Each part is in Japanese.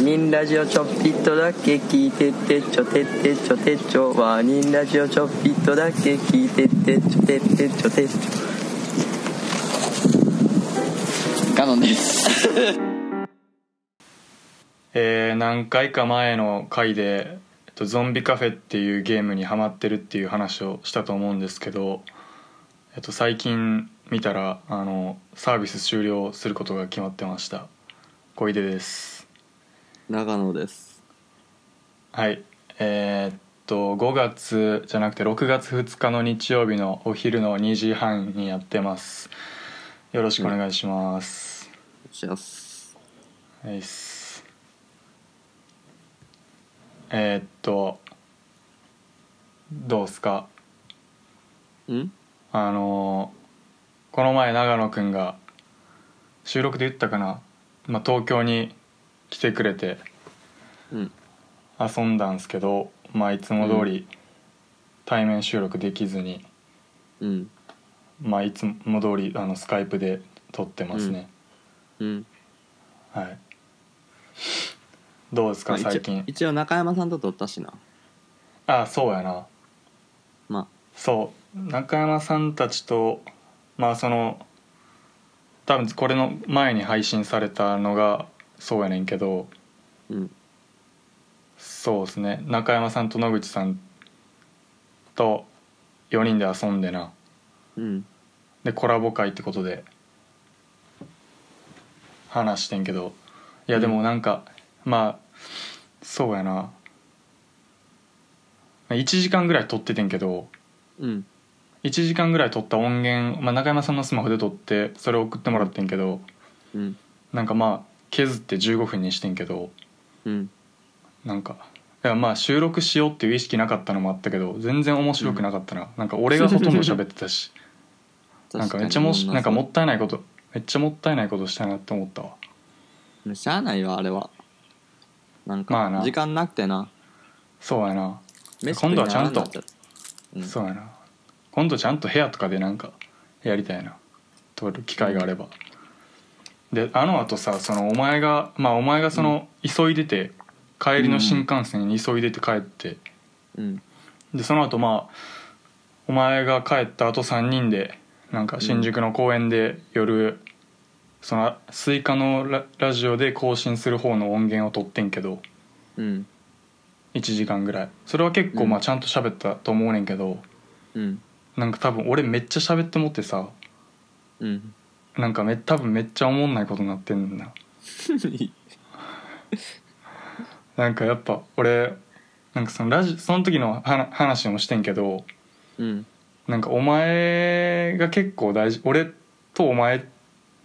人ラジオちょっぴっとだけ聞いてってちょてってちょてちょワーニンラジオちょっぴっとだけ聞いてってちょてってちょてちょガノンですえー何回か前の回で、えっと、ゾンビカフェっていうゲームにハマってるっていう話をしたと思うんですけど、えっと、最近見たらあのサービス終了することが決まってました小出です長野ですはいえーっと5月じゃなくて6月2日の日曜日のお昼の2時半にやってますよろしくお願いします、しますはいっすえーっとどうっすかんあのーこの前長野くんが収録で言ったかな、まあ、東京に来てくれてうん遊んだんすけど、まあ、いつも通り対面収録できずに、うんまあ、いつも通りあのスカイプで撮ってますね、うんはいどうですまかあ最近一応一応中山さんと撮ったしなあそうやなまそう中山さんたちとまあその多分これの前に配信されたのがそうやねんけどあうんそうですね中山さんと野口さんと4人で遊んでなうんでコラボ会ってことで話してんけどいやでもなんか、まあそうやなまあ1時間ぐらい撮っててんけどうん1時間ぐらい撮った音源、まあ、中山さんのスマホで撮ってそれを送ってもらってんけどうんなんかまあ削って15分にしてんけどうんなんかいやまあ収録しようっていう意識なかったのもあったけど全然面白くなかったな、なんか俺がほとん ど喋ってたしなんかめっちゃもしなんかもったいないことめっちゃもったいないことしたなって思ったわもしゃあないよあれはなんまあかな時間なくてなそうやな、飯食いながら今度はちゃんとなっゃったうんそうやな今度ちゃんと部屋とかでなんかやりたいな撮る機会があれば、であのあとさそのお前がまあお前がその、急いでて帰りの新幹線に急いでて帰って、うんでその後まあお前が帰った後3人でなんか新宿の公園で夜、そのスイカのララジオで更新する方の音源を撮ってんけどうん1時間ぐらいそれは結構まうあちゃんと喋ったと思うねんけど、うんなんか多分俺めっちゃ喋ってもってさ うんなんかめ多分めっちゃおもんないことになってんねんななんかやっぱ俺なんかそのラジその時の話話もしてんけど、うん なんかお前が結構大事俺とお前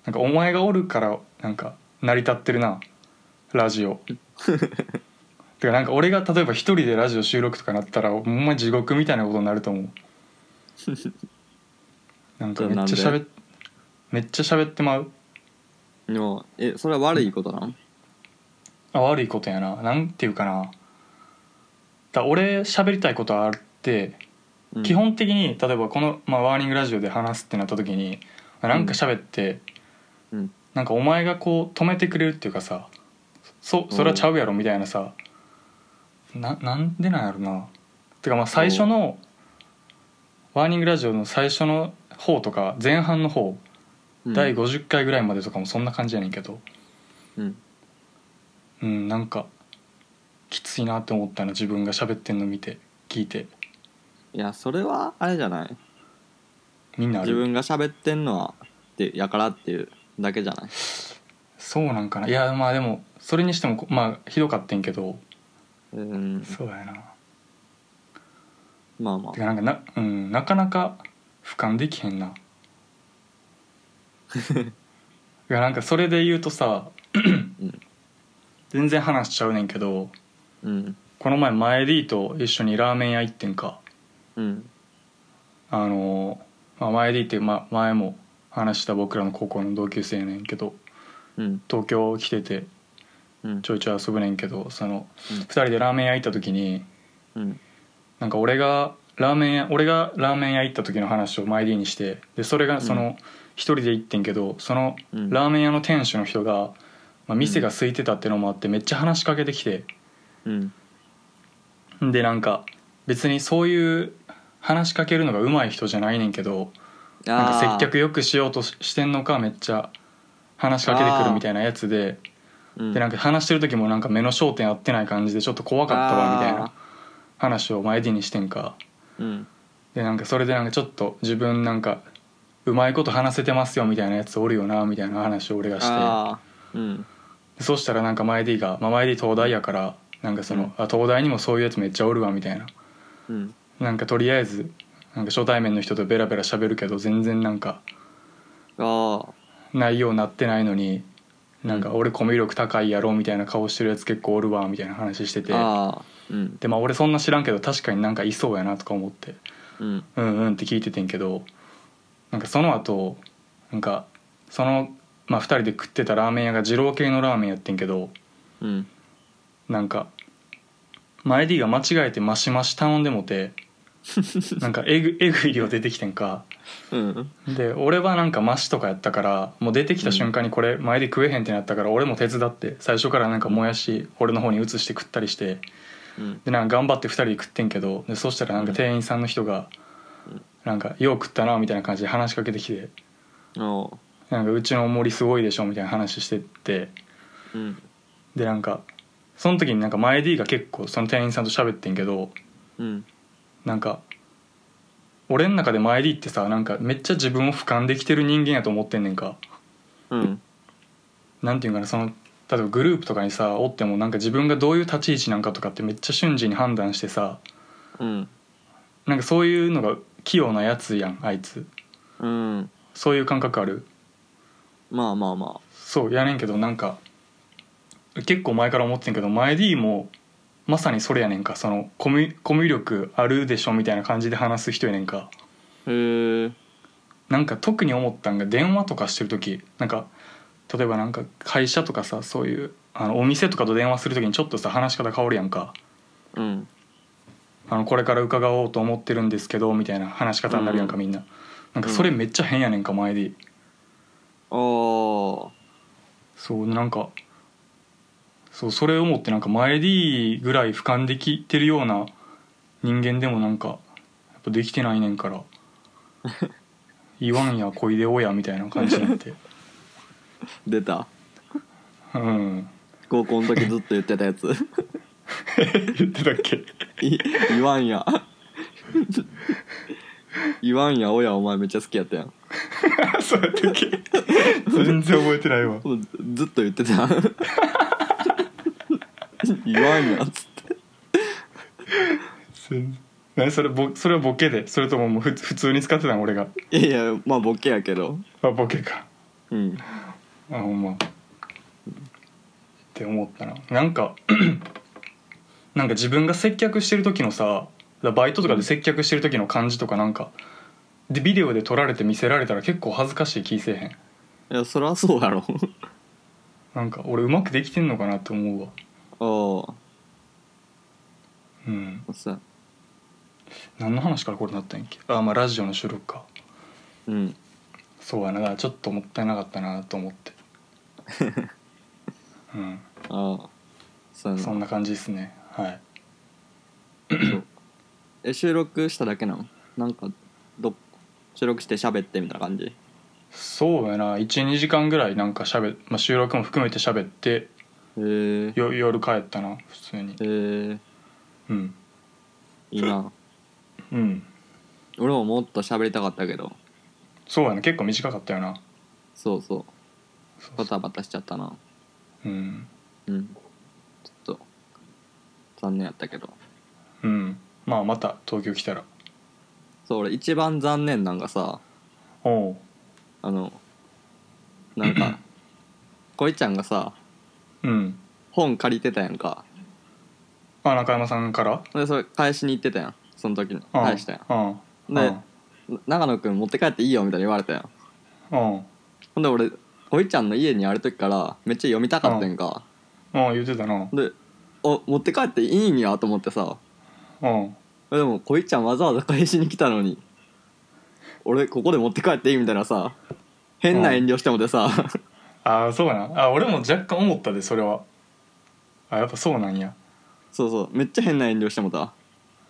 なんかお前がおるからなんか成り立ってるなラジ オてかなんか俺が例えば一人でラジオ収録とかなったらお前地獄みたいなことになると思うなんかめっちゃそれな喋っめっちゃ喋ってまうでもえそれは悪いことなのあ悪いことやななんていうかなだ俺喋りたいことはあってうん基本的に例えばこの、まあ、ワーニングラジオで話すってなった時になんか喋って、うんなんかお前がこう止めてくれるっていうかさそそれはちゃうやろみたいなさななんでなんやろなてかまあ最初のワーニングラジオの最初の方とか前半の方、うん第50回ぐらいまでとかもそんな感じやねんけどうんうんなんかきついなって思ったな自分が喋ってんの見て聞いていやそれはあれじゃないみんなあ自る分が喋ってんのはってやからっていうだけじゃないそうなんかないやまあでもそれにしてもこまあひどかってんけどうんそうやなまあまてかなんかな,、うん、なかなか俯瞰できへんないやなんかそれで言うとさ、全然話しちゃうねんけどあうんこの前前 D と一緒にラーメン屋行ってんかうんあのーまあ、前 D って、まあ、前も話した僕らの高校の同級生やねんけどうん東京来ててうんちょいちょい遊ぶねんけどその、うん2人でラーメン屋行った時にうんなんか俺がラーメン屋俺がラーメン屋行った時の話を前 D にしてでそれがその一人で行ってんけどそのうんラーメン屋の店主の人が、まあまあ、店が空いてたってのもあってめっちゃ話しかけてきてうんでなんか別にそういう話しかけるのが上手い人じゃないねんけどなんか接客よくしようとししてんのかめっちゃ話しかけてくるみたいなやつででなんかか話してる時もなんか目の焦点合ってない感じでちょっと怖かったわみたいな話を前手にしてんかうんでなんかそれでなんかちょっと自分なんかうまいこと話せてますよみたいなやつおるよなみたいな話を俺がしてあーうんでそしたらなんか前 D が、まあ、前 D 東大やからなんかそうの、んあ東大にもそういうやつめっちゃおるわみたいなうんなんかとりあえずなんか初対面の人とベラベラ喋るけど全然なんかああ内容なってないのになんか俺コミュ力高いやろみたいな顔してるやつ結構おるわみたいな話しててああうんでまあ俺そんな知らんけど確かになんかいそうやなとか思ってうんうんうんって聞いててんけどなんかその後なんかその、まあ、2人で食ってたラーメン屋が二郎系のラーメンやってんけどうんなんか前 D が間違えてマシマシ頼んでもてなんかえぐえぐい量出てきてんかうんで俺はなんかマシとかやったからもう出てきた瞬間にこれ前で食えへんってなったから俺も手伝って最初からなんかもやし俺の方に移して食ったりしてうんでなんか頑張って2人で食ってんけどでそしたらなんか店員さんの人がなんか「よう食ったな」みたいな感じで話しかけてきておう「なんかうちの森すごいでしょ」みたいな話してってうんでなんかその時になんか前 D が結構その店員さんと喋ってんけどうんなんか俺の中で前 D ってさなんかめっちゃ自分を俯瞰できてる人間やと思ってんねんか。うんなんていうんかなその例えばグループとかにさおってもなんか自分がどういう立ち位置なんかとかってめっちゃ瞬時に判断してさうんなんかそういうのが器用なやつやんあいつうんそういう感覚あるまあまあまそうやねんけどなんか結構前から思ってんけど前 D もまさにそれやねんかそのコミュコミュ力あるでしょみたいな感じで話す人やねんかあへえなんか特に思ったんが電話とかしてる時なんか例えばなんか会社とかさそういうあのお店とかと電話する時にちょっとさ話し方変わるやんかうんあのこれから伺おうと思ってるんですけどみたいな話し方になるやんか、うんみんななんかそれめっちゃ変やねんか前でああそうなんかそうそれを思ってなんか前 D ぐらい俯瞰できてるような人間でもなんかやっぱできてないねんから 言わんやこいでおやみたいな感じになって出たうん高校の時ずっと言ってたやつ言ってたっけ い 言わんや言わんやおやお前めっちゃ好きやったやんそうやったっけ 全然覚えてないわずっと言ってた言わんやつって全然何それボそれはボケでそれとももうふ普通に使ってたの俺がいやいやまあボケやけどあボケかうんあほんまって思ったななんか なんか自分が接客してる時のさバイトとかで接客してる時の感じとかなんかでビデオで撮られて見せられたら結構恥ずかしい気せえへんいやそりゃそうやろなんか俺うまくできてんのかなって思うわあうんあさ何の話からこれなったんやっけあまあラジオの収録かうんそうやなちょっともったいなかったなと思ってうんああそうやそなんな感じですねはいえ収録しただけなのなんかど収録して喋ってみたいな感じそうやな12時間ぐらいなんかしゃべ、まあ、収録も含めて喋ってへえよ夜帰ったな普通にへえうんいいなうん俺ももっと喋りたかったけどそうやな結構短かったよなそうそうそうバタバタしちゃったなうんうんちょっと残念やったけどうんまあまた東京来たらそう俺一番残念なんがさおうあのなん かこいちゃんがさうん本借りてたやんかあ中山さんからでそれ返しに行ってたやんその時にうん返したやうんんで「長野くん持って帰っていいよ」みたいに言われたやんうんうんほんで俺こいちゃんの家にある時からめっちゃ読みたかったんかうん言ってたなでお持って帰っていいんやと思ってさうんでもこいちゃんわざわざ返しに来たのに俺ここで持って帰っていいみたいなさ変な遠慮してもてさああそうなんあ俺も若干思ったでそれはあやっぱそうなんやそうそうめっちゃ変な遠慮してもた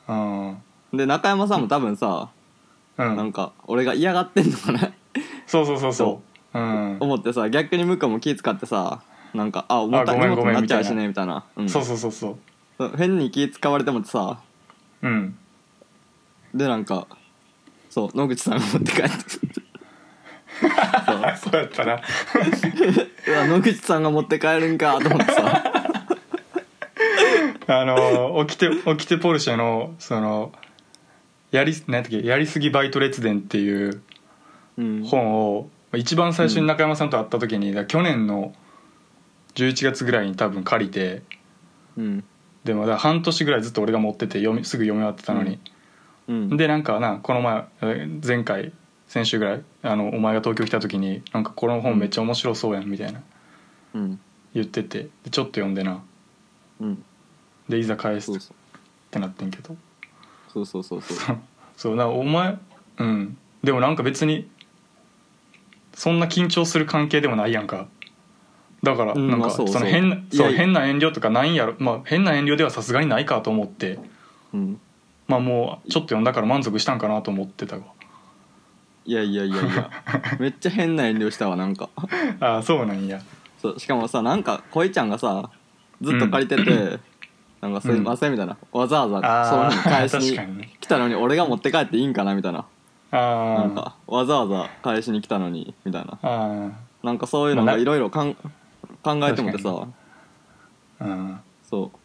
うんうんで中山さんも多分さ、なんか俺が嫌がってんのかなそうそうそうそううん思ってさ逆に向こうも気使ってさなんかあ重たいごめん荷物になっちゃうごめんしねみたいなうんそうそうそうそう変に気使われてもさうんでなんかそう野口さんが持って帰ってあ そうやったなうわ野口さんが持って帰るんかと思って さあの起きて起きてポルシェのそのやり何やったっけやりすぎバイト列伝っていううん本を一番最初に中山さんと会った時に、だから去年の11月ぐらいに多分借りてうんでもだから半年ぐらいずっと俺が持ってて読みすぐ読み終わってたのに、うんでなんかなこの前え前回先週ぐらいあのお前が東京来た時になんかこの本めっちゃ面白そうやんみたいなうん言っててでちょっと読んでなうんでいざ返すそうっそうてなってんけどそうそうそうそうそうなお前うんでもなんか別にそんな緊張する関係でもないやんかだからうんなんまかあそそそうのう変ないやそう変な遠慮とかないんやろまあ変な遠慮ではさすがにないかと思ってうんまあもうちょっと読んだから満足したんかなと思ってたわいやいやいやいやめっちゃ変な遠慮したわなんかああそうなんやそうしかもさなんか恋ちゃんがさずっと借りてて、なんかすいませんみたいな、わざわざそのあ日あ返し確かににね来たのに俺が持って帰っていいんかなみたいななあんーかわざわざ返しに来たのにみたいなあなんかそういうのまがあないろいろ考えてもて確さあうんそう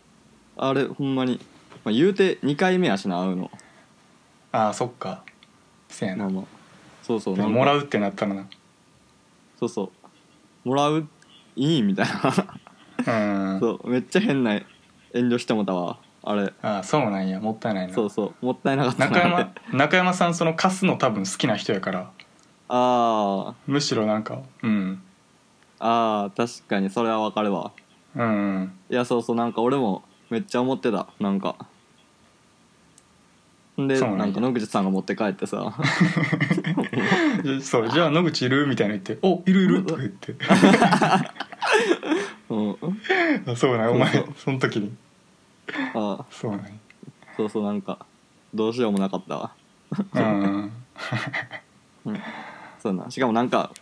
あれほんまに、まあ、言うて2回目やしな会うのああそっかせやまなあまあそうそうなんかもらうってなったらなそうそうもらういいみたいなうんそうめっちゃ変な遠慮してもたわあれああそうなんやもったいないなそうそうもったいなかった中なあれ山中山さんその貸すの多分好きな人やからあむしろなんかうんーあー確かにそれはわかるわうんうんいやそうそうなんか俺もめっちゃ思ってたなんかんでそうななんんやか野口さんが持って帰ってさ じゃそうじゃあ野口いるみたいな言って「おいるいる」とか 言ってうんあそうなんお前そうその時にあそうなんやそうそうなんかどうしようもなかったわうんそうなしかもなんか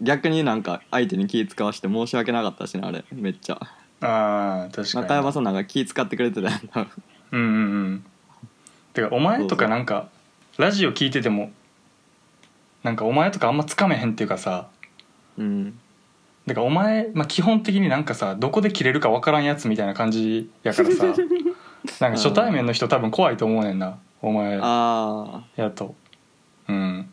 逆になんか相手に気使わして申し訳なかったしなあれめっちゃああ確かに中山さんなんか気使ってくれてたやん多分うんうんうんてかお前とかなんかラジオ聞いててもなんかお前とかあんまつかめへんっていうかさうんだからお前、まあ、基本的になんかさどこで切れるかわからんやつみたいな感じやから さなんか初対面の人多分怖いと思うねんなお前ああやとうん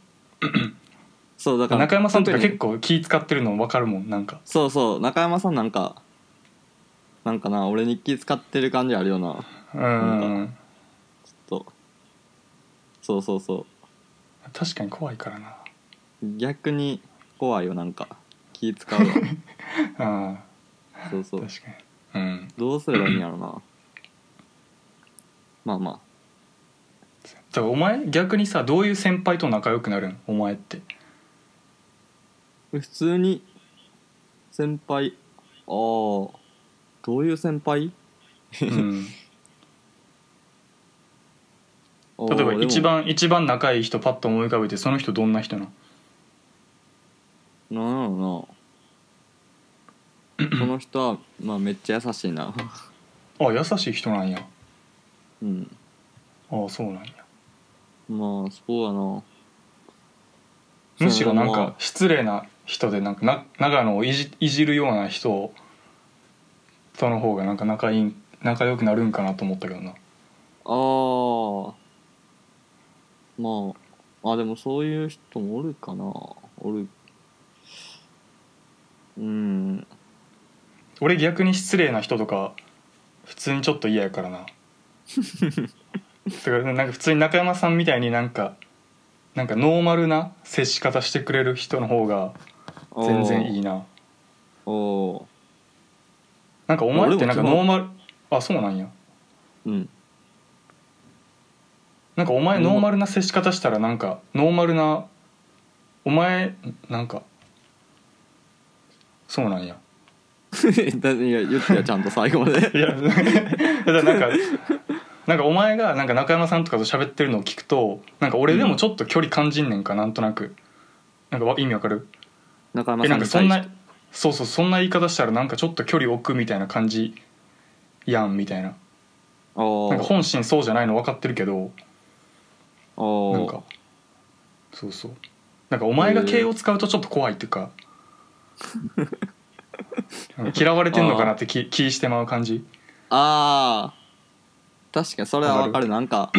そうだから中山さんとか特に結構気使ってるの分かるもんなんかそうそう中山さんなんかなんかな俺に気使ってる感じあるよなうんとそうそうそ確かに怖いからなう逆に怖いよなんか気使 うわうそんうそう確かにうんどうすればいいんやろなまあまだからお前逆にさどういう先輩と仲良くなるんお前ってあ普通に先輩ああどういう先輩 うんあー例えばでも一番一番仲いい人パッと思い浮かべてその人どんな人なのなんやろなその人はまあめっちゃ優しいなあ優しい人なんやうんああそうなんやまあそうやなむしろなんそうまかあ失礼な人でなんかな長野をいじいじるような人との方がなんか仲いい仲良くなるんかなと思ったけどなああまああでもそういう人もおるかなおるうん俺逆に失礼な人とか普通にちょっと嫌やから なだからなんか普通に中山さんみたいになんかなんかノーマルな接し方してくれる人の方が全然いいいなおおなんかお前ってなんか俺もノ違ーマルあそうなんやうんなんかお前ノーマルな接し方したらなんかノーマルなお前なんかそうなんやだいや言ってよちゃんと最後まで いやだからなんかなんかお前がなんか中山さんとかと喋ってるのを聞くとなんか俺でもちょっと距離感じんねんかなんとなくなんかわ意味わかる中山えさなんんにかそん対なしてそうそうそんな言い方したらなんかちょっと距離置くみたいな感じやんみたいなあーなんか本心そうじゃないの分かってるけどあなんーかそうそうなんかお前が敬語使うとちょっと怖いって いうかなんか嫌われてんのかなって気 気してまう感じあー確かにそれはわかるなんか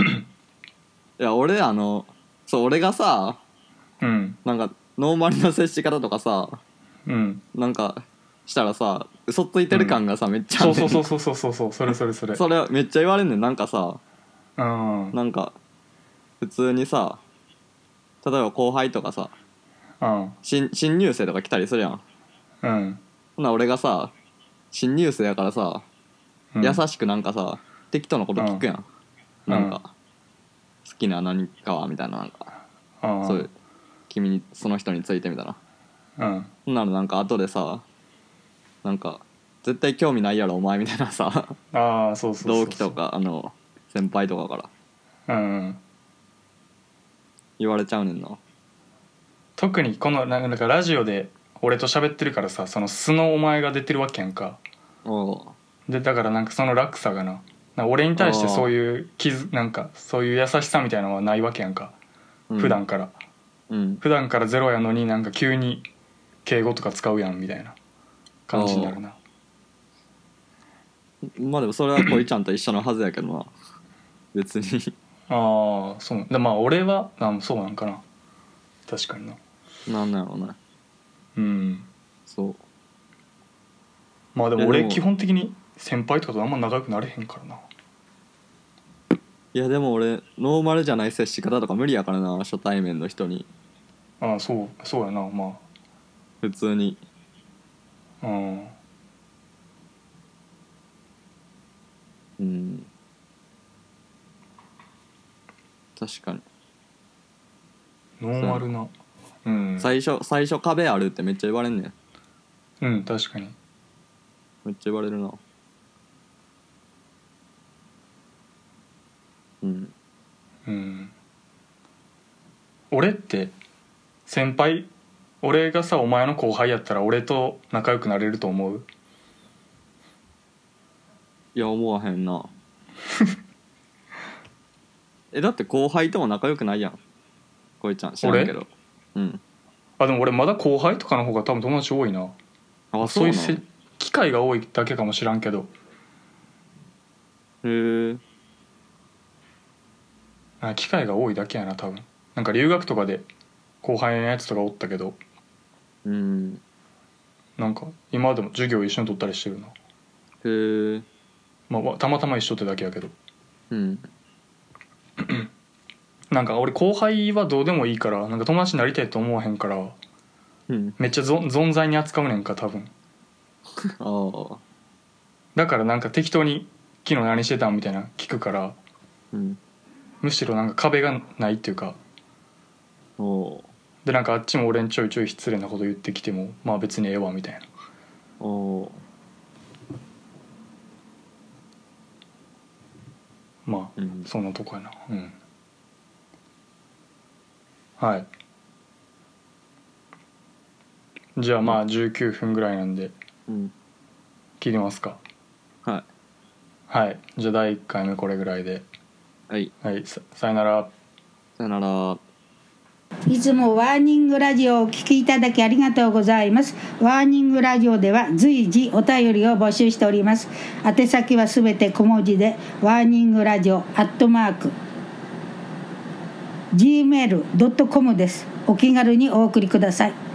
いや俺あのそう俺がさうんなんかノーマルな接し方とかさうんなんかしたらさ嘘ついてる感がさ、めっちゃあんそねうんそうそうそうそうそうそうそれそれそれそれめっちゃ言われんねんなんかさうんうんなんか普通にさ例えば後輩とかさ新新入生とか来たりするやんうんほな俺がさ新入生やからさうん優しくなんかさ適当なこと聞くやん、うんなんか、好きな何かはみたいななんか、うんそういう君にその人についてみたいなうんほんならなんか後でさなんか絶対興味ないやろお前みたいなさああそうそうそうそう同期とかあの先輩とかからうんうん言われちゃうねんな特にこのななんかラジオで俺と喋ってるからさその素のお前が出てるわけやんかおうでだからなんかその落差がななんか俺に対してそういう傷なんかそういう優しさみたいなのはないわけやんかうん普段から、うん普段からゼロやのになんか急に敬語とか使うやんみたいな感じになるなまあでもそれはこいちゃんと一緒のはずやけど な別にああーそうでまあ俺はあそうなんかな確かにななんなんやろうねうんそうまあでいもやで俺も基本的に先輩とかとあんま仲良くなれへんからないやでも俺ノーマルじゃない接し方とか無理やからな初対面の人にああそうそうやなま普通にあうんうん確かにノーマルなうん、最初最初壁あるってめっちゃ言われんねんうん、確かにめっちゃ言われるなうんうん俺って先輩俺がさお前の後輩やったら俺と仲良くなれると思ういや思わへんな えだって後輩とも仲良くないやんこいちゃん知らんけどうんあでも俺まだ後輩とかの方が多分友達多いなあそういうなのせ機会が多いだけかもしらんけどへえあ機会が多いだけやな多分なんか留学とかで後輩のやつとかおったけどうんなんか今までも授業一緒に取ったりしてるな、へえまあわ、たまたま一緒ってだけやけどうんなんか俺後輩はどうでもいいからなんか友達になりたいと思わへんからうんめっちゃぞん存在に扱うねんか多分ああだからなんか適当に「昨日何してたん?」みたいな聞くからうんむしろなんか壁がないっていうかおおでなんかあっちも俺にちょいちょい失礼なこと言ってきてもまあ別にええわみたいなおおまうあんそんなとこやなうんはいじゃあまあ19分ぐらいなんでうん切りますかははいじゃあ第1回目これぐらいでいはいはいささよならさよならいつもワーニングラジオをお聞きいただきありがとうございます。ワーニングラジオでは随時お便りを募集しております。宛先はすべて小文字で、ワーニングラジオアットマーク、gmail.com です。お気軽にお送りください。